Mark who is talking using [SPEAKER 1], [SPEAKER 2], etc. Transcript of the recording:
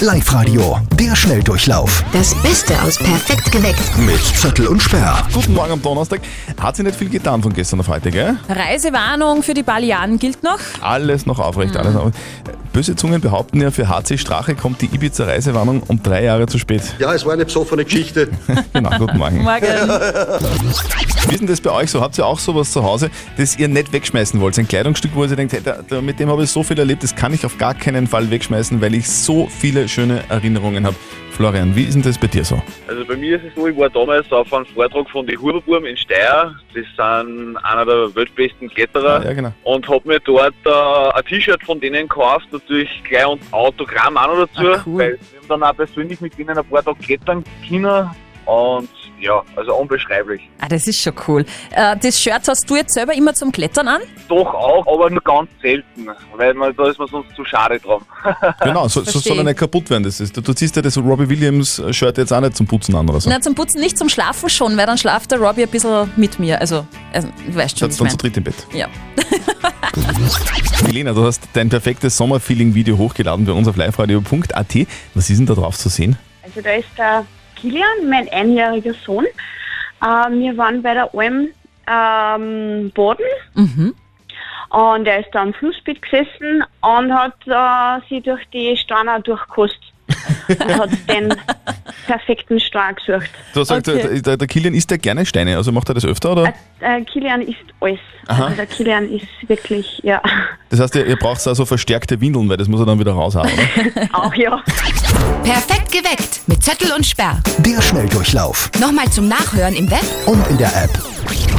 [SPEAKER 1] Live-Radio, der Schnelldurchlauf
[SPEAKER 2] Das Beste aus Perfekt geweckt.
[SPEAKER 1] mit Zettel und Sperr.
[SPEAKER 3] Guten Morgen am Donnerstag. Hat sich nicht viel getan von gestern auf heute, gell?
[SPEAKER 4] Reisewarnung für die Balearen gilt noch.
[SPEAKER 3] Alles noch aufrecht, alles noch Böse Zungen behaupten ja, für HC Strache kommt die Ibiza-Reisewarnung um drei Jahre zu spät.
[SPEAKER 5] Ja, es war eine besoffene Geschichte.
[SPEAKER 3] Genau, guten Morgen.
[SPEAKER 4] Morgen.
[SPEAKER 3] Wie ist denn das bei euch so? Habt ihr auch sowas zu Hause, das ihr nicht wegschmeißen wollt? Ein Kleidungsstück, wo ihr denkt, hey, da, da, mit dem habe ich so viel erlebt, das kann ich auf gar keinen Fall wegschmeißen, weil ich so viele schöne Erinnerungen habe. Florian, wie ist denn das bei dir so?
[SPEAKER 6] Also bei mir ist es so, ich war damals auf einem Vortrag von die Huberburm in Steyr. Das sind einer der weltbesten Kletterer.
[SPEAKER 3] Ah, ja, genau.
[SPEAKER 6] Und hab mir dort äh, ein T-Shirt von denen gekauft, natürlich gleich und Autogramm auch noch dazu.
[SPEAKER 4] Ah, cool.
[SPEAKER 6] Weil wir haben dann auch persönlich mit ihnen ein paar Tage klettern können. Und ja, also unbeschreiblich.
[SPEAKER 4] Ah, das ist schon cool. Äh, das Shirt hast du jetzt selber immer zum Klettern an?
[SPEAKER 6] Doch auch, aber nur ganz selten, weil man, da ist man sonst zu schade dran.
[SPEAKER 3] Genau, so, so
[SPEAKER 4] Verstehe.
[SPEAKER 3] soll er nicht kaputt werden. Das ist, du, du ziehst ja das Robbie Williams-Shirt jetzt auch nicht zum Putzen an oder so.
[SPEAKER 4] Na, zum Putzen nicht, zum Schlafen schon, weil dann schlaft der Robbie ein bisschen mit mir. Also, also du weißt schon,
[SPEAKER 3] Seid
[SPEAKER 4] wie
[SPEAKER 3] dann zu
[SPEAKER 4] ich mein.
[SPEAKER 3] dritt im Bett.
[SPEAKER 4] Ja.
[SPEAKER 3] Elena, du hast dein perfektes Sommerfeeling-Video hochgeladen bei uns auf liveradio.at. Was ist denn da drauf zu sehen?
[SPEAKER 7] Also da ist der Kilian, mein einjähriger Sohn. Ähm, wir waren bei der Alm ähm, Boden und er ist da am Flussbett gesessen und hat äh, sie durch die Steine durchgekost. und hat den perfekten Stein gesucht.
[SPEAKER 3] Du sagst,
[SPEAKER 4] Okay.
[SPEAKER 3] der, der Kilian isst ja gerne Steine, also macht er das öfter, oder?
[SPEAKER 7] Äh, Kilian ist alles. Also der Kilian ist wirklich, ja,
[SPEAKER 3] Das heißt, ihr, ihr braucht auch so verstärkte Windeln, weil das muss er dann wieder raushauen, oder?
[SPEAKER 7] auch ja.
[SPEAKER 2] Perfekt geweckt. Mit Zettel und Sperr.
[SPEAKER 1] Der Schnelldurchlauf
[SPEAKER 2] Nochmal zum Nachhören im Web
[SPEAKER 1] und in der App.